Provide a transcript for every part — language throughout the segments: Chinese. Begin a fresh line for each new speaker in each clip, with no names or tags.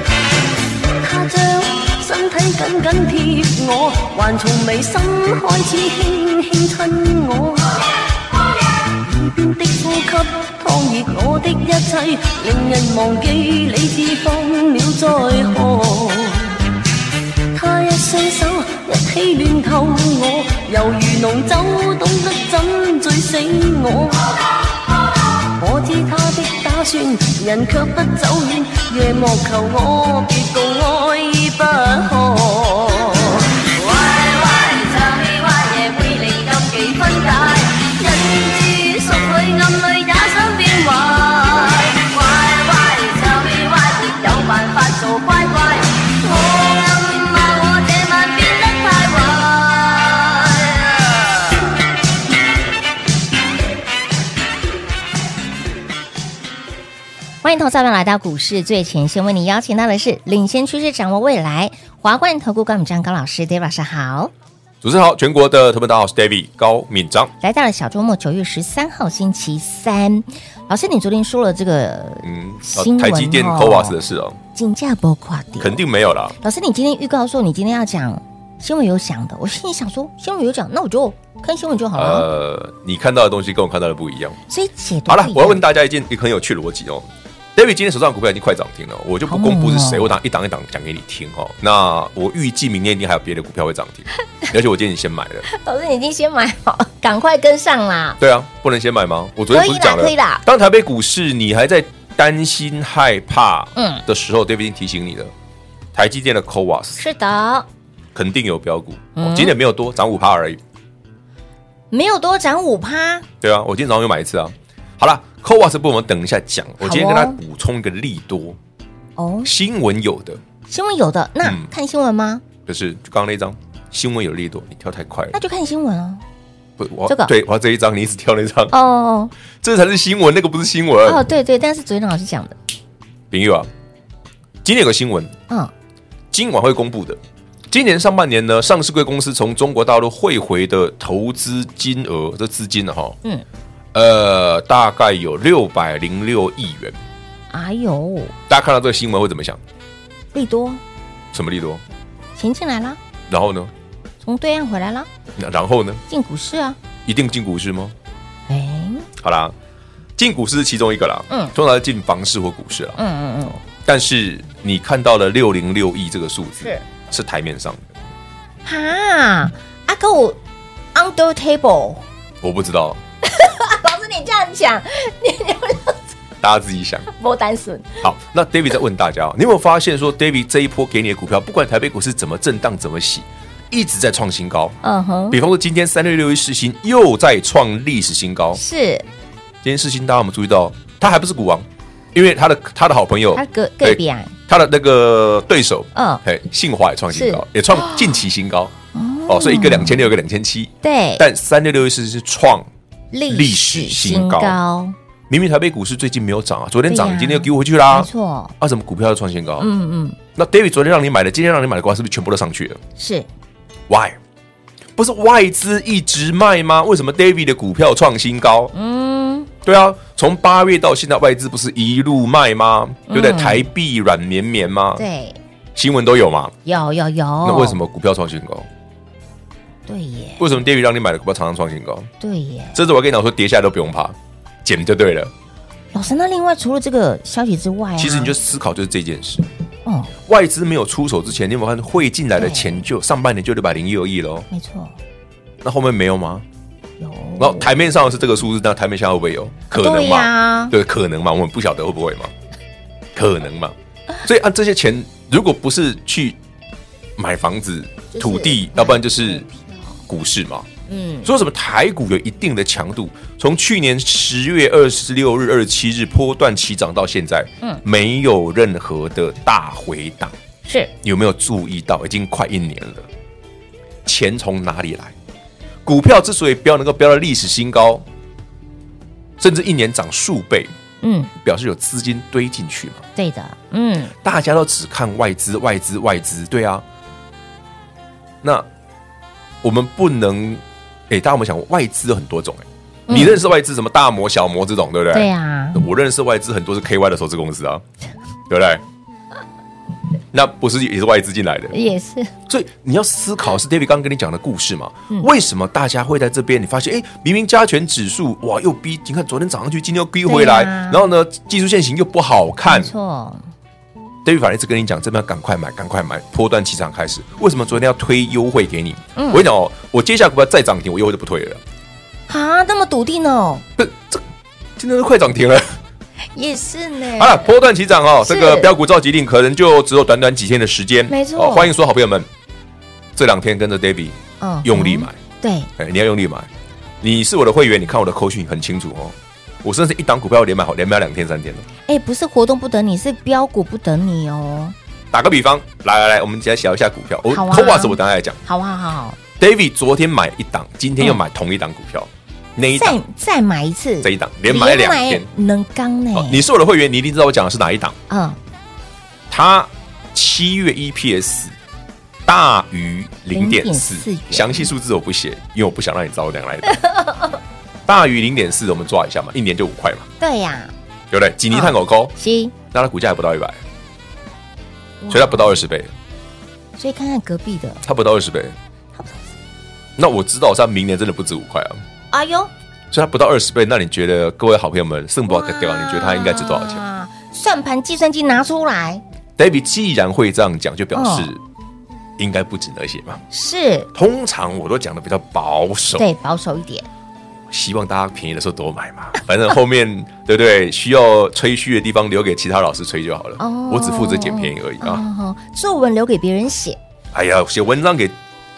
他將身體緊緊貼我，還從眉心開始輕輕親我。耳邊的呼吸，燙熱我的一切，令人忘記理智，放了再何？他一雙手一起亂透我，猶如濃酒，懂得怎醉醒我。我知他的打算，人卻不走遠，夜幕求我，別共愛已不可。喂喂，就你話夜會離禁忌分解，人至熟女暗裏也想變壞。喂喂，就你話亦有辦法做乖乖，我暗罵我這晚變得太壞。
欢迎投资者朋友来到股市最前线，为你邀请到的是领先趋势，掌握未来华冠投顾高敏章高老师，David 老师好。
主持人好，全国的特们大家好，我是 David 高敏章。
来到了小周末，九月十三号星期三，老师，你昨天说了这个
嗯，
新闻
台积电
哦
c o v a s 的事哦，
金价波垮跌，
肯定没有啦。
老师，你今天预告说你今天要讲新闻有讲的，我心里想说新闻有讲，那我就看新闻就好了。
呃，你看到的东西跟我看到的不一样。
所以解读
好了
不一，样
我要问大家一件一个很有趣的逻辑哦。David 今天手上的股票已经快涨停了，我就不公布是
好
谁，
猛哦
我打一档一档讲给你听哦。那我预计明天一定还有别的股票会涨 停，而且我建议你先买了。
老师你已经先买好，赶快跟上啦。
对啊，不能先买吗？我昨天不是讲了，
可以啦可以啦
当台北股市你还在担心害怕
嗯
的时候，David 已经提醒你了，台积电的 c o v a s
是的，
肯定有标股，
嗯
哦今天没有多，涨五趴而已。
没有多涨五趴，
对啊，我今天早上又买一次啊。好啦 c o v a s 部分我们等一下讲，我今天跟他补充一个利多
哦，
新闻有的，
新闻有的，那、
嗯
看新闻吗？
就是就刚刚那张新闻有利多，你跳太快了
那。就看新闻啊。
不，我
这个
对，我要这一张，你一直跳那张，
哦
这才是新闻，那个不是新
哦哦，
闻。
对对，但是昨天老师讲的，
林佑啊，今天有个新闻，
嗯，
今晚会公布的。今年上半年呢，上市贵公司从中国大陆汇回的投资金额，这资金呢，啊哈，
嗯，
呃，大概有六百零六亿元。
哎呦，
大家看到这个新闻会怎么想？
利多
什么利多？
钱进来啦，
然后呢？
从对岸回来啦，
那然后呢？
进股市啊，
一定进股市吗？
哎，
好啦，进股市是其中一个啦，
嗯
通常是进房市或股市啦。
嗯嗯嗯，
但是你看到了六零六亿这个数字
是
是台面上的，
哈，阿狗 under table，
我不知道，
老师你这样讲，
大家 自己想。
莫单纯，
好，那 David 再问大家哦，你有没有发现说，David 这一波给你的股票，不管台北股市怎么震荡、怎么洗，一直在创新高。
嗯哼，
比方说，今天三六六一世新又在创历史新高。
是
今天世新大家有没有注意到，他还不是股王，因为他的他的好朋友
他隔
对
隔壁啊，
他的那个对手，
嗯
嘿，信华也创新高，也创近期新高哦，所以一个两千六，一个两千七，
对，
但三六六一四是创，
历
历
史
史
新
新高
高，
明明台北股市最近没有涨啊，昨天
对
涨
呀，
今天又给我回去啦
没，错，
啊，怎么股票又创新高？
嗯嗯，
那 David 昨天让你买的，今天让你买的瓜是不是全部都上去了
是
？Why？不是外资一直卖吗？为什么 David 的股票创新高？
嗯，
对啊，从八月到现在，外资不是一路卖吗？对不对？台币软绵绵吗？
嗯对，哦
新闻都有嘛？
有有有。
那为什？么股票创新高？
对耶，
为什么 David 让你买的股票常常创新高？
对耶，
这次我跟你讲说，跌下来都不用怕，减就对了。
老师，那另外除了这个消息之外啊，
其实你就思考就是这件事。
哦，
外资没有出手之前，你有没有看汇进来的
对
钱就上半年就六百零六亿喽？
没错，
那后面没有吗？
有。
然后台面上是这个数字，那台面下会不会有？可能
对呀
嘛？对，可能嘛？我们不晓得会 不会嘛？可能嘛？所以按这些钱，如果不是去买房子、
就是
土地，要不然就是股市嘛。
嗯，
说什么台股有一定的强度，从去年十月二十六日、二十七日波段起涨到现在，
嗯
没有任何的大回档，
是
有没有注意到？已经快一年了，钱从哪里来？股票之所以飙能够飙到历史新高，甚至一年涨数倍，
嗯，
表示有资金堆进去嘛？
对的，嗯，
大家都只看外资，外资，外资，对啊。那我们不能，哎、大家有没有想过，外资有很多种、诶
嗯
你认识外资什么大摩、小摩这种，对不对？
对啊，
我认识外资很多是 KY 的投资公 司啊，对不对？那不是也是外资进来的，
也是，
所以你要思考是 David 刚刚跟你讲的故事嘛？
嗯
为什么大家会在这边？你发现，哎、明明加权指数哇又逼，你看昨天涨上去，今天又逼回来，
对啊
然后呢，技术线型又不好看
没，错，
David 法一直跟你讲，这边要赶快买，赶快买，波段起涨开始。为什么昨天要推优惠给你？
嗯
我跟你讲哦，我接下来股票再涨停，我优惠就不推了。
啊，那么笃定哦，
不，这今天都快涨停了。
也是呢，
好了，波段起涨哦，
是
这个标股召集令可能就只有短短几天的时间。
没错
哦欢迎所有好朋友们，这两天跟着 David
嗯
用力买，，
对，
哎、你要用力买。你是我的会员，你看我的口讯很清楚哦。我甚至一档股票连买好，连买两天三天了。
哎，不是活动不等你，是标股不等你哦，
打个比方，来来来，我们直接聊一下股票。我
好啊
扣袜子，我等下来讲。
好不好？
David 昨天买一档，今天又买同一档股票，那一档
再再买一次，
这一档连买两天。
连买能刚呢
哦，，你是我的会员，你一定知道我讲的是哪一档。
嗯，
它七月 EPS 大于零点
0.4
四
元，
详细数字我不写，因为我不想让你知道我讲哪一档。 大于零点四，我们抓一下嘛，一年就五块嘛，
对呀，
对不对？锦尼碳狗高，
行，
那它股价还不到一百，所以它不到二十倍，
所以看看隔壁的，
它不到二十倍。那我知道它明年真的不止五块啊，
哎呦，
所以它不到二十倍。那你觉得各位好朋友们，圣博克掉，你觉得它应该值多少钱？
哇？啊算盘计算机拿出来，
David 既然会这样讲，就表
嗯
示应该不止那些嘛。
是
通常我都讲的比较保守，
对保守一点，
希望大家便宜的时候多买嘛。 反正后面对不对？需要吹嘘的地方留给其他老师吹就好了。
哦
我只负责捡便宜而已啊。
哦，作文留给别人写，
哎呀，写文章给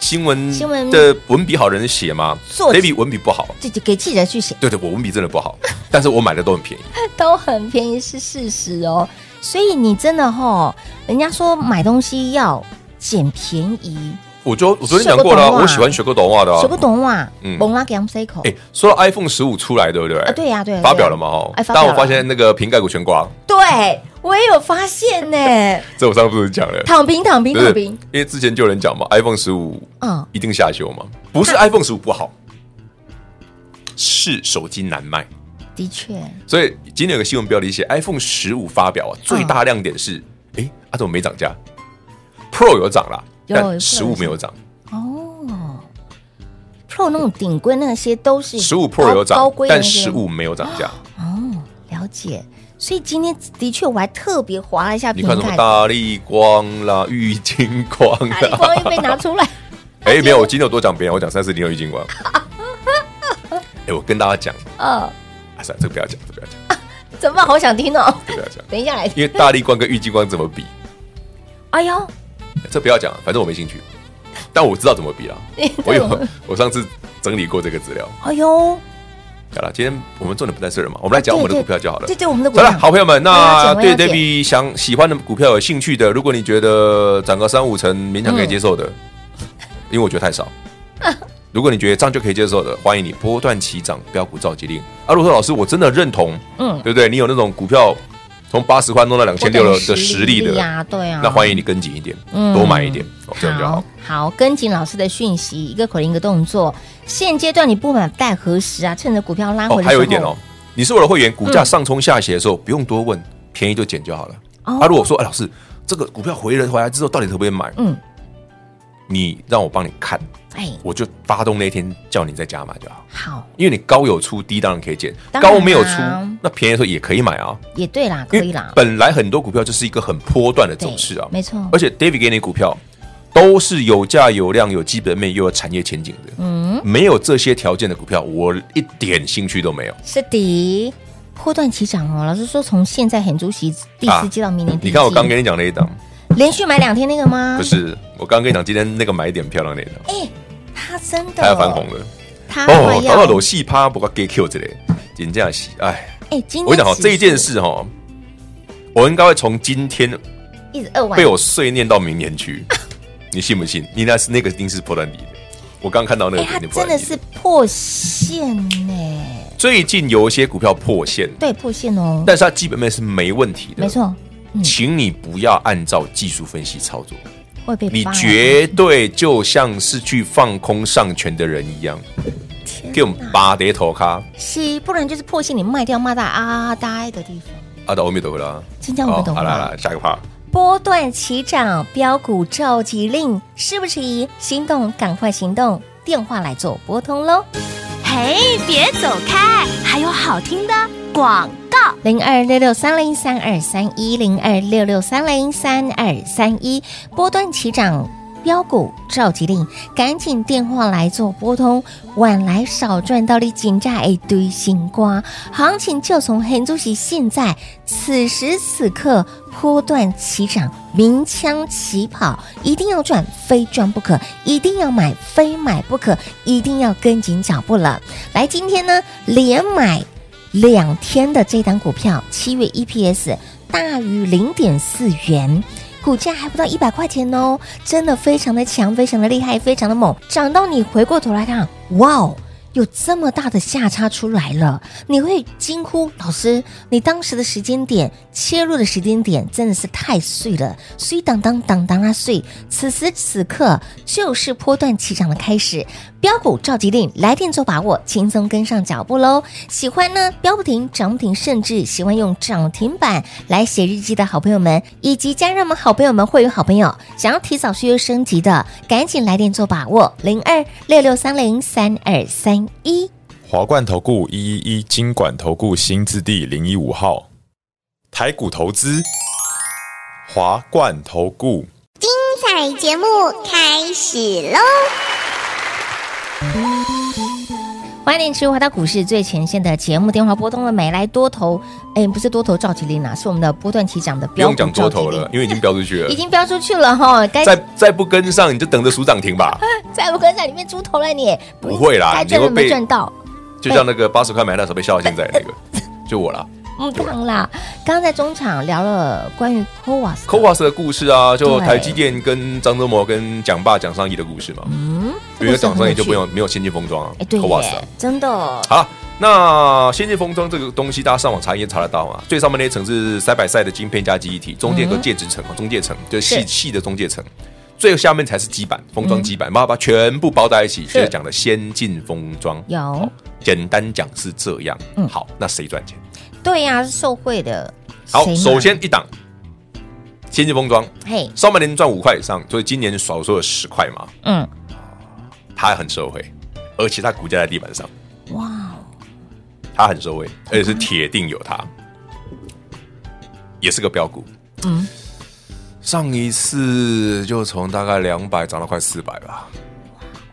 新闻
新闻
的文笔好的人写嘛。
作者
David 文笔不好，
这就给记者去写，
对对，我文笔真的 不好，但是我买的都很便宜。
都很便宜是事实哦。所以你真的吼，人家说买东西要捡便宜，
我昨我昨天讲过了
学
啊，
过懂啊
我喜欢学过短话的啊
谁。不懂哇？
嗯
蒙拉给 M C 口，
哎，说到 iPhone 十五出来，对不对？
啊对呀对呀
发表了嘛哦
哎。发表
但
了
我发现那个瓶盖股全挂了。
对我也有发现 呢。
这我上次不是讲了，
躺平，躺平，
对
躺
不对？
平
因，为之前就有人讲嘛，iPhone 十五
嗯，
一定下修嘛，不是 iPhone 十五不好，是手机难卖。
的确，
所以今天有个新闻标题写 iPhone 十五发表啊，最大
嗯
亮点是，哎，啊怎么没涨价？Pro 有涨啦，
有
但
Pro
十五没有涨。
哦，Pro 那种顶规那些都是
十五
高
Pro 有
嗯高
涨
规，的那
但
些
十五没有涨价。
哦，了解。所以今天的确我还特别划了一下
你
瓶
看什么
盖，
大力光啦、玉金光
哪里
啦，
光又被拿出 来，
哎，没有，我今天有多讲别人，我讲三四零六玉金光。 哎，我跟大家讲，
哦，
啊，算了，这个不要讲，这个不要讲，
怎么办？好想听哦，
这个不要讲，
等一 下来听。
因为大力光跟玉金光怎么比？
哎呦，
这不要讲，反正我没兴趣。但我知道怎么比啦
你，
我
怎
有
么
我上次整理过这个资料。
哎呦，
好了，今天我们重点不在这儿嘛，我们来讲我们的
对对
股票就好了
对。对，我们的股
好
票
了，好朋友们，那
我要
对
解我要解
David 想喜欢的股票有兴趣的，如果你觉得涨个三五成勉强可以接受的，因为我觉得太少。如果你觉得这样就可以接受的，欢迎你波段起涨标股召集令。啊，如果说老师我真的认同，
嗯，
对不对？你有那种股票从八十块弄到两千六了的实力的，
呀，对啊，
那欢迎你跟紧一点，
嗯
多买一点，哦这样就好。
好，跟紧老师的讯息，一个口令一个动作。现阶段你不买待何时啊？趁着股票拉回
哦，
的时候，
还有一点哦，，你是我的会员，股价上冲下斜的时候，不用多问，便宜就捡就好了。
嗯哦
啊，如果说哎，老师，这个股票回了回来之后，到底可不可以买？
嗯，
你让我帮你看，
哎，
我就发动那天叫你再加码就好。
好，
因为你高有出，低当然可以减；
当然啊
高没有出，那便宜的时候也可以买啊。
也对啦，可
因
以
为
啦，
本来很多股票就是一个很波段的
对
走势啊，
没错
而，且 David 给你的股票都是有价有量、有基本面又有产业前景的。
嗯，
没有这些条件的股票，我一点兴趣都没有。
是的，波段起涨哦。老师说从现在很主席第四季到明年第一嗯
啊你
季
看我刚跟你讲那一档，
连续买两天那个吗？
不，是，我刚刚跟你讲，今天那个买点漂亮点的，
哎，它真的
它要翻红，了。
它
哦，
会
搞到
要
楼戏趴，不过 g Q 之类，真正是哎。
哎，今天
我跟你讲哦，
指数
这一件事哈，我应该会从今天
一直二万
被我碎念到明 年去，你信不信？你那是那个一定是破断底的。我刚看到那个
哎，
肯
它
定破
真
断
的
底
是。破线呢，
最近有一些股票破线，
对，破线哦，
但是它基本面是没问题的。
没，错，嗯
请你不要按照技术分析操作，
会被
你
扒
绝对就像是去放空上权的人一样，
天
给我们
哪
拔跌头咖
是，不然就是破线你卖掉骂大啊呆的地方，
啊！到后面都会啦。
真叫我们懂
哦好啦
吗？
啦，下一个趴。
波段起涨，标股召集令，是不是？心动，赶快行动，电话来做拨通喽，
嘿，别走开，还有好听的广告。
零二六六三零三二三一零二六六三零三二三一，波段起涨。标股召集令，赶紧电话来做拨通，晚来少赚到你哦紧价一堆新瓜，行情就从很主席现在此时此刻波段起涨，鸣枪起跑，一定要赚，非赚不可，一定要买，非买不可，一定要跟紧脚步了。来，今天呢，连买两天的这档股票，七月 EPS 大于零点四元。股价还不到一百块钱哦，真的非常的强，非常的厉害，非常的猛，涨到你回过头来看，哇哦，有这么大的价差出来了，你会惊呼老师，你当时的时间点切入的时间点真的是太碎了，碎当当当当啊碎！此时此刻就是波段起涨的开始，标股召集令，来电做把握，轻松跟上脚步喽！喜欢呢标不停涨不停，甚至喜欢用涨停板来写日记的好朋友们，以及加入我们好朋友们会员好朋友，想要提早续约升级的，赶紧来电做把握，零二六六三零三二三一。
华冠投顾一一一金管投顾新字第零一五号，台股投资，华冠投顾。
彩节目开始喽！
欢迎持续回到股市最前线的节目，电话拨通了没？来多头，哎，不是多头赵吉林啊，是我们的波段起涨的
不
标
用
股
讲
赵
多
吉林
头了，，因为已经标出去了
已。经标出去了哈、该
再再不跟上，你就等着数涨停吧。
在我跟在里面猪头了你，
不会啦
该赚的
你会被
没赚到，
就像那个八十块买那时候被笑 到现在那个，就我啦。
嗯，当啦。刚刚在中场聊了关于 COAS 的
COAS 的故事啊，就
对
台积电跟张忠谋跟蒋爸蒋尚义的故事嘛，
嗯，
因为蒋尚义就不
用
用没有先进封装啊
哎，对
，COAS 啊
耶。，真的
好啦，那先进封装这个东西，大家上网查也查得到啊。最上面那一层是赛百赛的晶片加记忆体，中间有个介质层，中介层就是
嗯
细
是
细的中介层，最下面才是基板封装基板，把它把它全部包在一起，就是讲的先进封装。
有
简单讲是这样。
嗯
好，那谁赚钱？
对呀、是受贿的。
好，
谁买
首先一档先进封装，
嘿，
上半年赚五块以上，所以今年少说有十块嘛，
嗯，
它很受惠，而且它股价在地板上，
哇哦，
它很受惠，而且是铁定有它，也是个标股。
嗯，
上一次就从大概两百涨到快四百吧，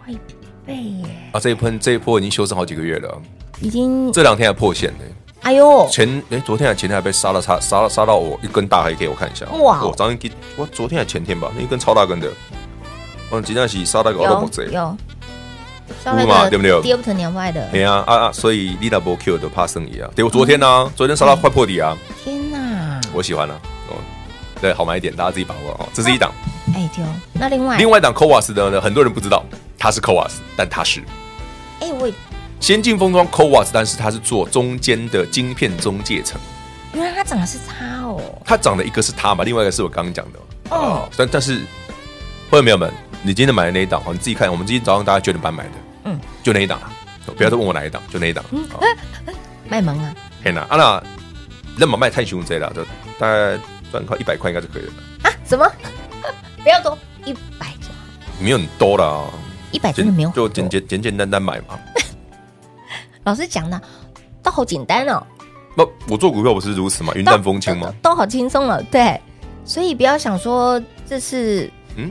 快一倍耶，
啊，这一喷这一波已经修正好几个月了，
已经
这两天还破线呢、
哎呦，
前哎，昨天还前天还被杀了，杀杀了杀到我一根大黑 K，我看一下。
哇哦
我昨天我昨天还前天吧，那一根超大根的，我今天是杀到个我都
有
不贼。
有，稍
有嘛对不对
跌不成娘外的
哎，呀啊啊！所以 Lina 波 Q 的怕生意啊，对我昨天呢、
嗯
昨天杀到快破底啊，
天哪！
我喜欢啊。哦，对，好买一点，大家自己把握哦。这是一档，
哎丢，那另外，
另外一档 Coas 的呢，很多人不知道它是 Coas，但它是
哎我
先进封装 Coas，但是它是做中间的晶片中介层。
原来它长得是它哦，
它长的一个是它嘛，另外一个是我刚刚讲的嘛。
哦
哦，但但是，朋友们，你今天买的那一档，哦，你自己看，我们今天早上大概九点半买的，
嗯，
就那一档啊，哦不要再问我哪一档，就那一档。哦
卖萌啊，
天哪，啊那那么卖太凶贼了，就大概赚靠一百块应该就可以了，
啊什么？ 不要多，一百就好，
没有很多了啊，
一百哦真的没有很
就
多。
简简简简单单买嘛。
老师讲的都好简单哦，
那我做股票不是如此嘛，云淡风轻嘛。
都都好轻松了。对，所以不要想说这是嗯
嗯，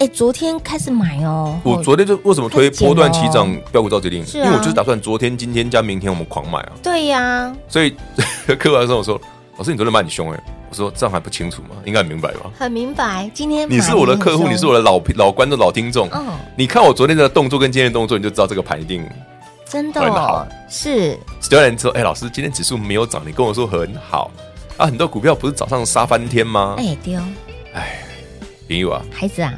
哎，昨天开始买哦，
我昨天就为什么推
太简了
波段起涨标股造决定？
是
因
啊
为我就是打算昨天、今天加明天我们狂买啊。
对呀，
所以客户还跟我说：“老师，你昨天买很凶哎。”我说这样还不清楚吗？应该很明白吧？
很明白。今天
你是我的客户，你是我
的，
的老老观众、老听众。
嗯
你看我昨天的动作跟今天的动作，你就知道这个盘一定。
真的
很
哦
好，
是
有人说：“哎、老师，今天指数没有涨，你跟我说很好啊，很多股票不是早上杀翻天吗
哎丢
哎，林友啊，
孩子啊，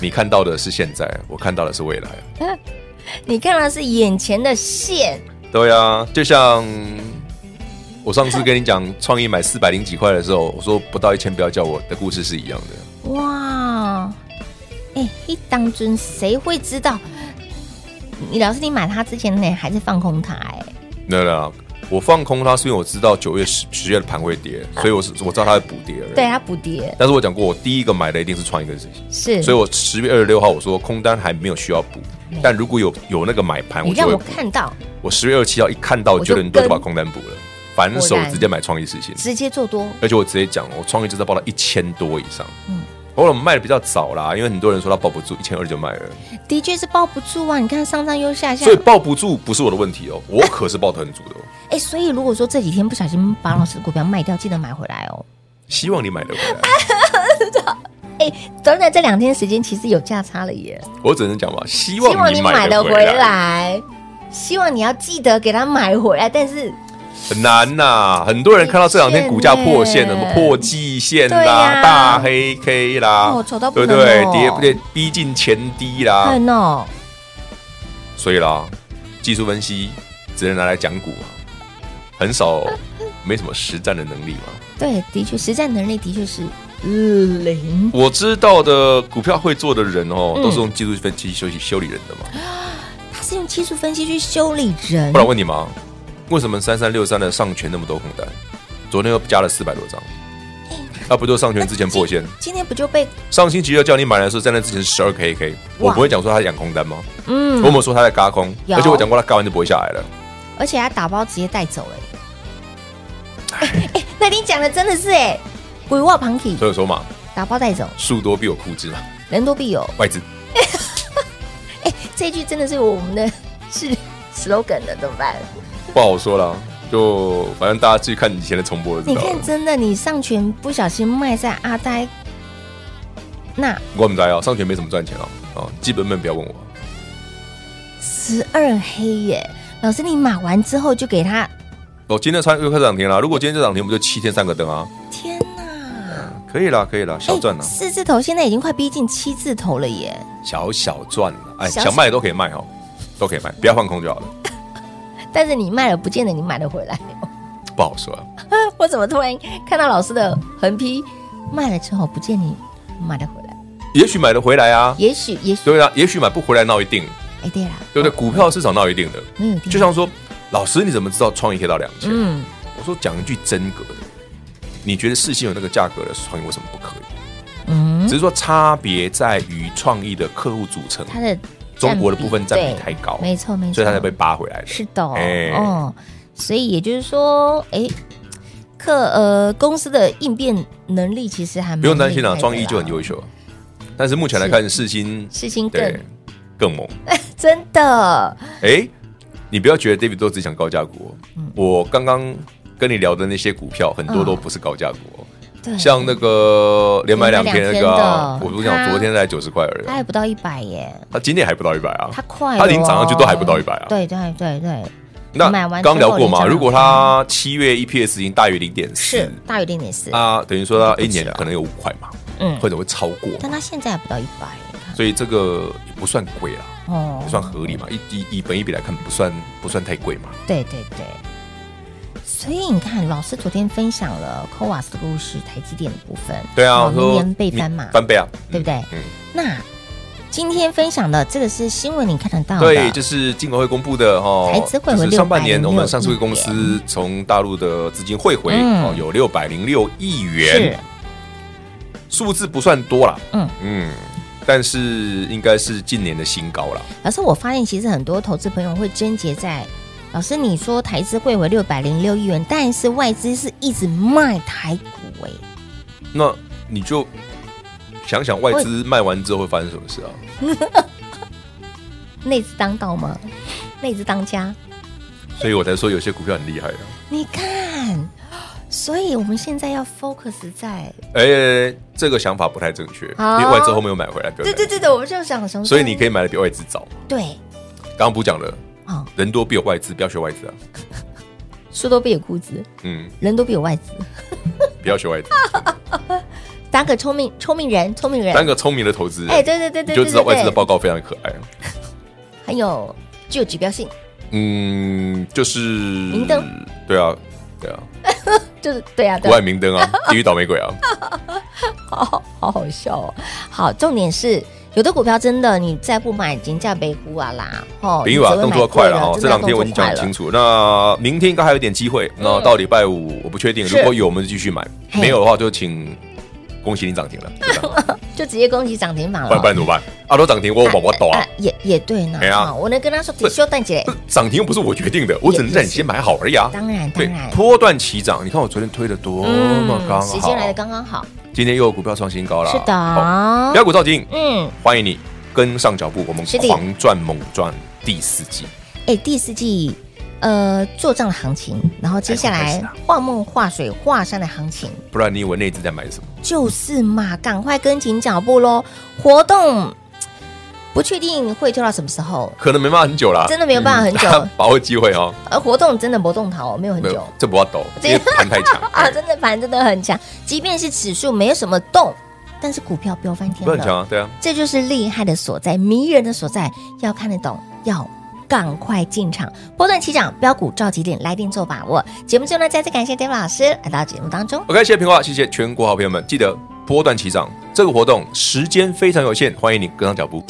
你看到的是现在，我看到的是未来。
你看的是眼前的线，
对啊，就像我上次跟你讲创意买四百零几块的时候，我说不到一千不要叫我的故事是一样的。
哇！哎、一当尊谁会知道？你老师，你买它之前呢，还是放空它、哎，
对啦，我放空它是因为我知道九月十十月的盘会跌，所以我是我知道它会补跌而已。
对啊它补跌
但是我讲过，我第一个买的一定是创意跟这些。
是，
所以我十月二十六号我说空单还没有需要补
没有，
但如果有有那个买盘，
哎你
我就
让
会
我
补。
看到
我十月二十七号一看到
就
觉得你多就把
跟
空单补了，反手
果然
直接买创意事情，
直接做多，
而且我直接讲，我创意就是要报到一千多以上。
嗯
嗯，我我们卖的比较早啦，因为很多人说他抱不住，一千二就卖了，
的确是抱不住啊！你看上上又下下
所以，抱不住不是我的问题哦，我可是抱得很住的 哦。
哎、所以如果说这几天不小心把老师的股票卖掉，记得买回来哦。
希望你买得回来，
短短这两天时间，其实有价差了耶。
我只能讲吧，希
希
望
望
你
你
买
买
得
得
回
回
来，
来，希望你要记得给它买回来。但是，
很难呐。很多人看到这两天股价破线了，
的
什
确
么破季线
对
啦、
呀
大黑 K 啦
哦丑到，不
对
能
不啊对？
哦
跌不对，啊逼近前低啦
看、，哦，
所以啦，技术分析只能拿来讲股嘛，很 少没什么实战的能力嘛。
对，的确，实战能力的确是嗯零。
我知道的股票会做的人哦，
嗯
都是用技术分析修理修理人的嘛。
他是用技术分析去修理人
不，然问你嘛，为什么三三六三的上权那么多空单？昨天又加了四百多张，
嗯
那、不就上权之前破线？
今天不就被
上星期要叫你买的时候，在那之前十二 K K，我
哇
不会讲说他养空单吗？
嗯
我有没有说他在嘎空？
有
而且我讲过他嘎完就不会下来了。
而且还打包直接带走哎、哎、哎那你讲的真的是哎、鬼话旁体
所以说嘛，
打包带走，
树多必有枯枝嘛，
人多必有。
外资
哎、这句真的是我们的 是 slogan 了，怎么办？
不好说了，就反正大家自己看以前的重播就
你
知道
看，
了。
真的，你上拳不小心卖在阿呆，那
我们在啊，上权没什么赚钱啊，啊，基本面不要问我。
十二黑耶，老师你码完之后就给他，
哦，今天三又开始涨停了，如果今天这涨停，我们就七天三个灯啊，
天哪！
可以啦，可以啦，小赚啊
哎
啦，
四字头现在已经快逼近七字头了耶，
小小赚了，哎，
哎小
想卖都可以卖哦，都可以卖，不要放空就好了。
但是你卖了，不见得你买得回来。
不好说啊，
我怎么突然看到老师的横批卖了之后不见你买得回来？
也许买得回来啊，
也许，也许，
对啊，也许买不回来闹一定，
哎，对啦，
对不对？股票市场闹一定的，
没有一定
就像说，老师你怎么知道创意可以到两千？
嗯，
我说讲一句真格的，你觉得世信有那个价格的创意为什么不可以？
嗯，
只是说差别在于创意的客户组成，
它的
中国的
占比
部分占比
对
太高，
没错没错，
所以它才被扒回来的。
是的，
哎
哦，所以也就是说，哎，客呃公司的应变能力其实还蛮
不用担心
厉害
啦，
的
创意就很优秀。但是目前来看，世新
事情
对
更
更猛。
真的
哎，你不要觉得 David 都只讲高价股哦，
嗯
我刚刚跟你聊的那些股票，很多都不是高价股哦。
嗯对，
像那个连买两天那个啊，
连买两天的
我不是讲
它
昨天才九十块而
它还
已，
不到一百耶，
它今天还不到一百啊
它。快了哦，
它已经涨上去都还不到100啊
对对对对，
那
买完之后
刚聊过嘛，
你讲
如果它七月 EPS 已经大于零点
是
四，
大于零点四，
啊，等于说它
不止
A 年可能有五块嘛，
嗯
或，者会超过嘛，
但它现在还不到一百，你看
所以这个也不算贵啦。
哦
不算合理嘛，以以以本一比来看，不算不算太贵嘛。
对对对，所以你看，老师昨天分享了 c o a s 的故事，台积电的部分，
对啊，
哦
我
明
说
年倍翻嘛
你，翻倍啊，
对不对？
嗯，
那今天分享的这个是新闻，你看得到的，
对，就是金管会公布的哦
台资汇，回
就是上半年
606
我们上市公司从大陆的资金汇回
嗯
哦，有六百零六亿
是
元，数字不算多啦，
嗯
嗯，但是应该是近年的新高啦。
老师，我发现其实很多投资朋友会纠结在，老师你说台资汇回六百零六亿元，但是外资是一直卖台股哎、
那你就想想外资卖完之后会发生什么事啊？
内资当道吗？内资当家，
所以我才说有些股票很厉害啊。
你看，所以我们现在要 focus 在
哎、这个想法不太正确，
哦
因为外资后面有买回来，不要
对对
担
对对，我就想什么？
心所以你可
以
以买的比外资早。
对
刚刚不讲了，
哦，
人多必有外资，不要学外资啊，
树都比有估值，
嗯，
人都比有外资。
不要 学外资，
当个聪明聪明人，聪明人，
当个聪明的投资人，
哎，对对对
你
对，
就
对
知道外资的
对
报告非常可爱。
很有具有指标性，
嗯，就是明
灯，
对啊，对啊，
就是对啊，
国
对
外
啊，
明灯 啊，地狱倒霉鬼啊，
好好好笑哦。好，重点是有的股票真的你再不买，金价被估啊啦，哦，
林宇
你
啊，
只会
动
买
作
贵
快了哦，
真
这
的要
两天我已
动
经
作快
讲清
了嗯
楚。那明天应该还有点机会，那到礼拜五我不确定，如果有我们就继续买，
嘿
没有的话就请恭喜你涨停了，对 吧
就直接恭喜涨停板了，
不然不然怎么办？啊，都涨停，我我我抖啊
啊！，也也对呢，
哎呀
啊，我能跟他说
不
只修蛋姐
不，是涨停又不是我决定的，我只能在你先买好而已啊。
当然当
对
然，，嗯
波段起涨，你看我昨天推的多么哦刚
时间来的
好，
刚刚好，
今天又有股票创新高了。
是
好，
的
标，股造金，
嗯，
欢迎你跟上脚步，我们
是的
狂赚猛赚第四季。
哎，第四季。呃，做账的行情，然后接下
哎
来
我开始
画梦、画水、画山的行情，
不然你以为内资在买什么？
就是嘛，赶快跟紧脚步喽！活动不确定会推到什么时候，
可能没办法很久啦，
真的没有办法很久
嗯 把握机会哦。
而活动真的不动哦逃，没有很
没
久
有，这不要 抖，
这
因为盘太强
啊！真的盘真的很强，即便是指数没有什么动，但是股票飙翻天
不很
了，
强啊，对啊。
这就是厉害的所在，迷人的所在，要看得懂，要。赶快进场，波段起涨，标股召集点，来电做把握。节目最后呢，再次感谢 David 老师来到节目当中。
OK，谢谢平话，谢谢全国好朋友们，记得波段起涨这个活动时间非常有限，欢迎你跟上脚步。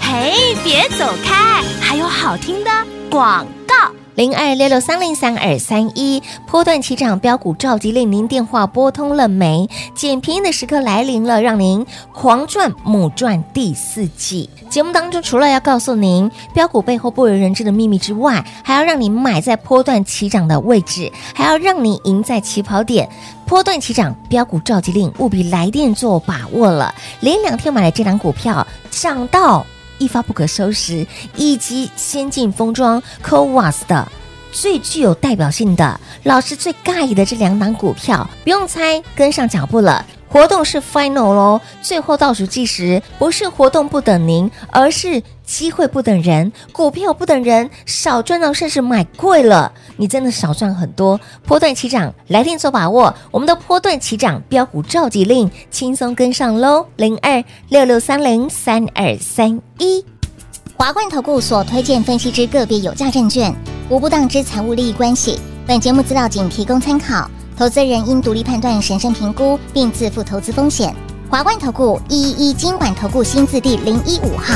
嘿，别走开，还有好听的广告。
零二六六三零三二三一，波段起涨标股召集令，您电话拨通了没？捡便宜的时刻来临了，让您狂赚猛赚第四季。节目当中除了要告诉您标股背后不为人知的秘密之外，还要让你买在波段起涨的位置，还要让你赢在起跑点。波段起涨，标股召集令，务必来电做把握了。连两天买了这档股票，涨到一发不可收拾，以及先进封装 c o w a s 的。最具有代表性的，老师最尬意的这两档股票，不用猜，跟上脚步了。活动是 final 喽，最后倒数计时，不是活动不等您，而是机会不等人，股票不等人，少赚到甚至买贵了，你真的少赚很多。波段起涨，来电做把握，我们的波段起涨标股召集令，轻松跟上喽，零二六六三零三二三一。
华冠投顾所推荐分析之个别有价证券，无不当之财务利益关系。本节目资料仅提供参考，投资人应独立判断、审慎评估，并自负投资风险。华冠投顾一一一金管投顾新字第零一五号。